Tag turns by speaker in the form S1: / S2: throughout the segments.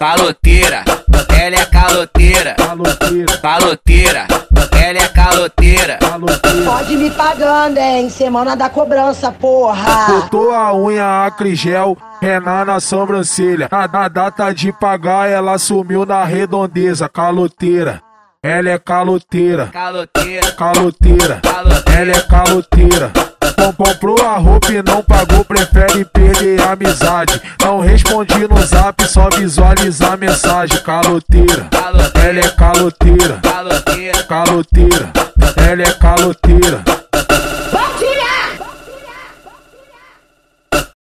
S1: caloteira, ela é caloteira, caloteira, ela é caloteira.
S2: Pode me pagando, hein? Semana da cobrança, porra.
S3: Botou a unha acrigel, Renan na sobrancelha. Na, na data de pagar, ela sumiu na redondeza, caloteira. Ela é caloteira,
S1: Caloteira,
S3: caloteira, ela é caloteira. Com- comprou a roupa e não pagou, prefere perder a amizade. Não respondi no zap, só visualiza a mensagem. Caloteira, ela é caloteira,
S1: caloteira,
S3: caloteira, ela é caloteira.
S2: Vou tirar!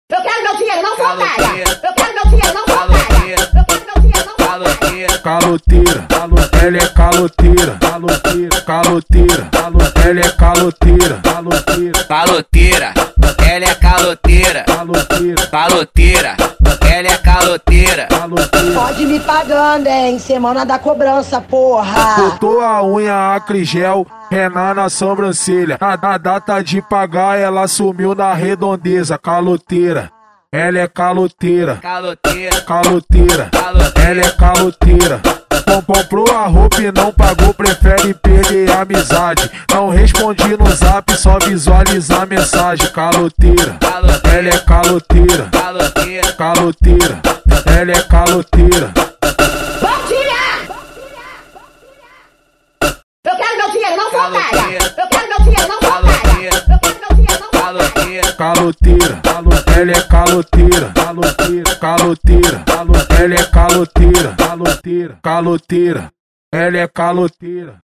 S2: Eu quero meu dinheiro, não sou otária! Eu quero meu dinheiro, não sou otária! Eu quero meu dinheiro, não sou otária!
S1: caloteira,
S3: caloteira, ela é caloteira, caloteira, caloteira, ela é caloteira, caloteira,
S1: caloteira, ela é caloteira,
S3: caloteira,
S1: caloteira, ela é caloteira.
S3: caloteira.
S2: Pode me pagando, hein? Semana da cobrança, porra.
S3: Botou a unha acrigel, Renan na sobrancelha. Na, na data de pagar, ela sumiu na redondeza, caloteira, ela é caloteira,
S1: Caloteira,
S3: caloteira, ela é caloteira. Com- comprou a roupa e não pagou, prefere perder a amizade. Não respondi no zap, só visualiza a mensagem. Caloteira, ela é caloteira,
S1: caloteira,
S3: caloteira, ela é caloteira.
S2: Vou tirar! Eu quero meu dinheiro, não sou otária! Eu quero meu dinheiro, não sou otária! Eu quero meu dinheiro, não sou otária!
S1: caloteira,
S3: Caloteira, ela é caloteira, caloteira, ela é caloteira, caloteira, ela é caloteira.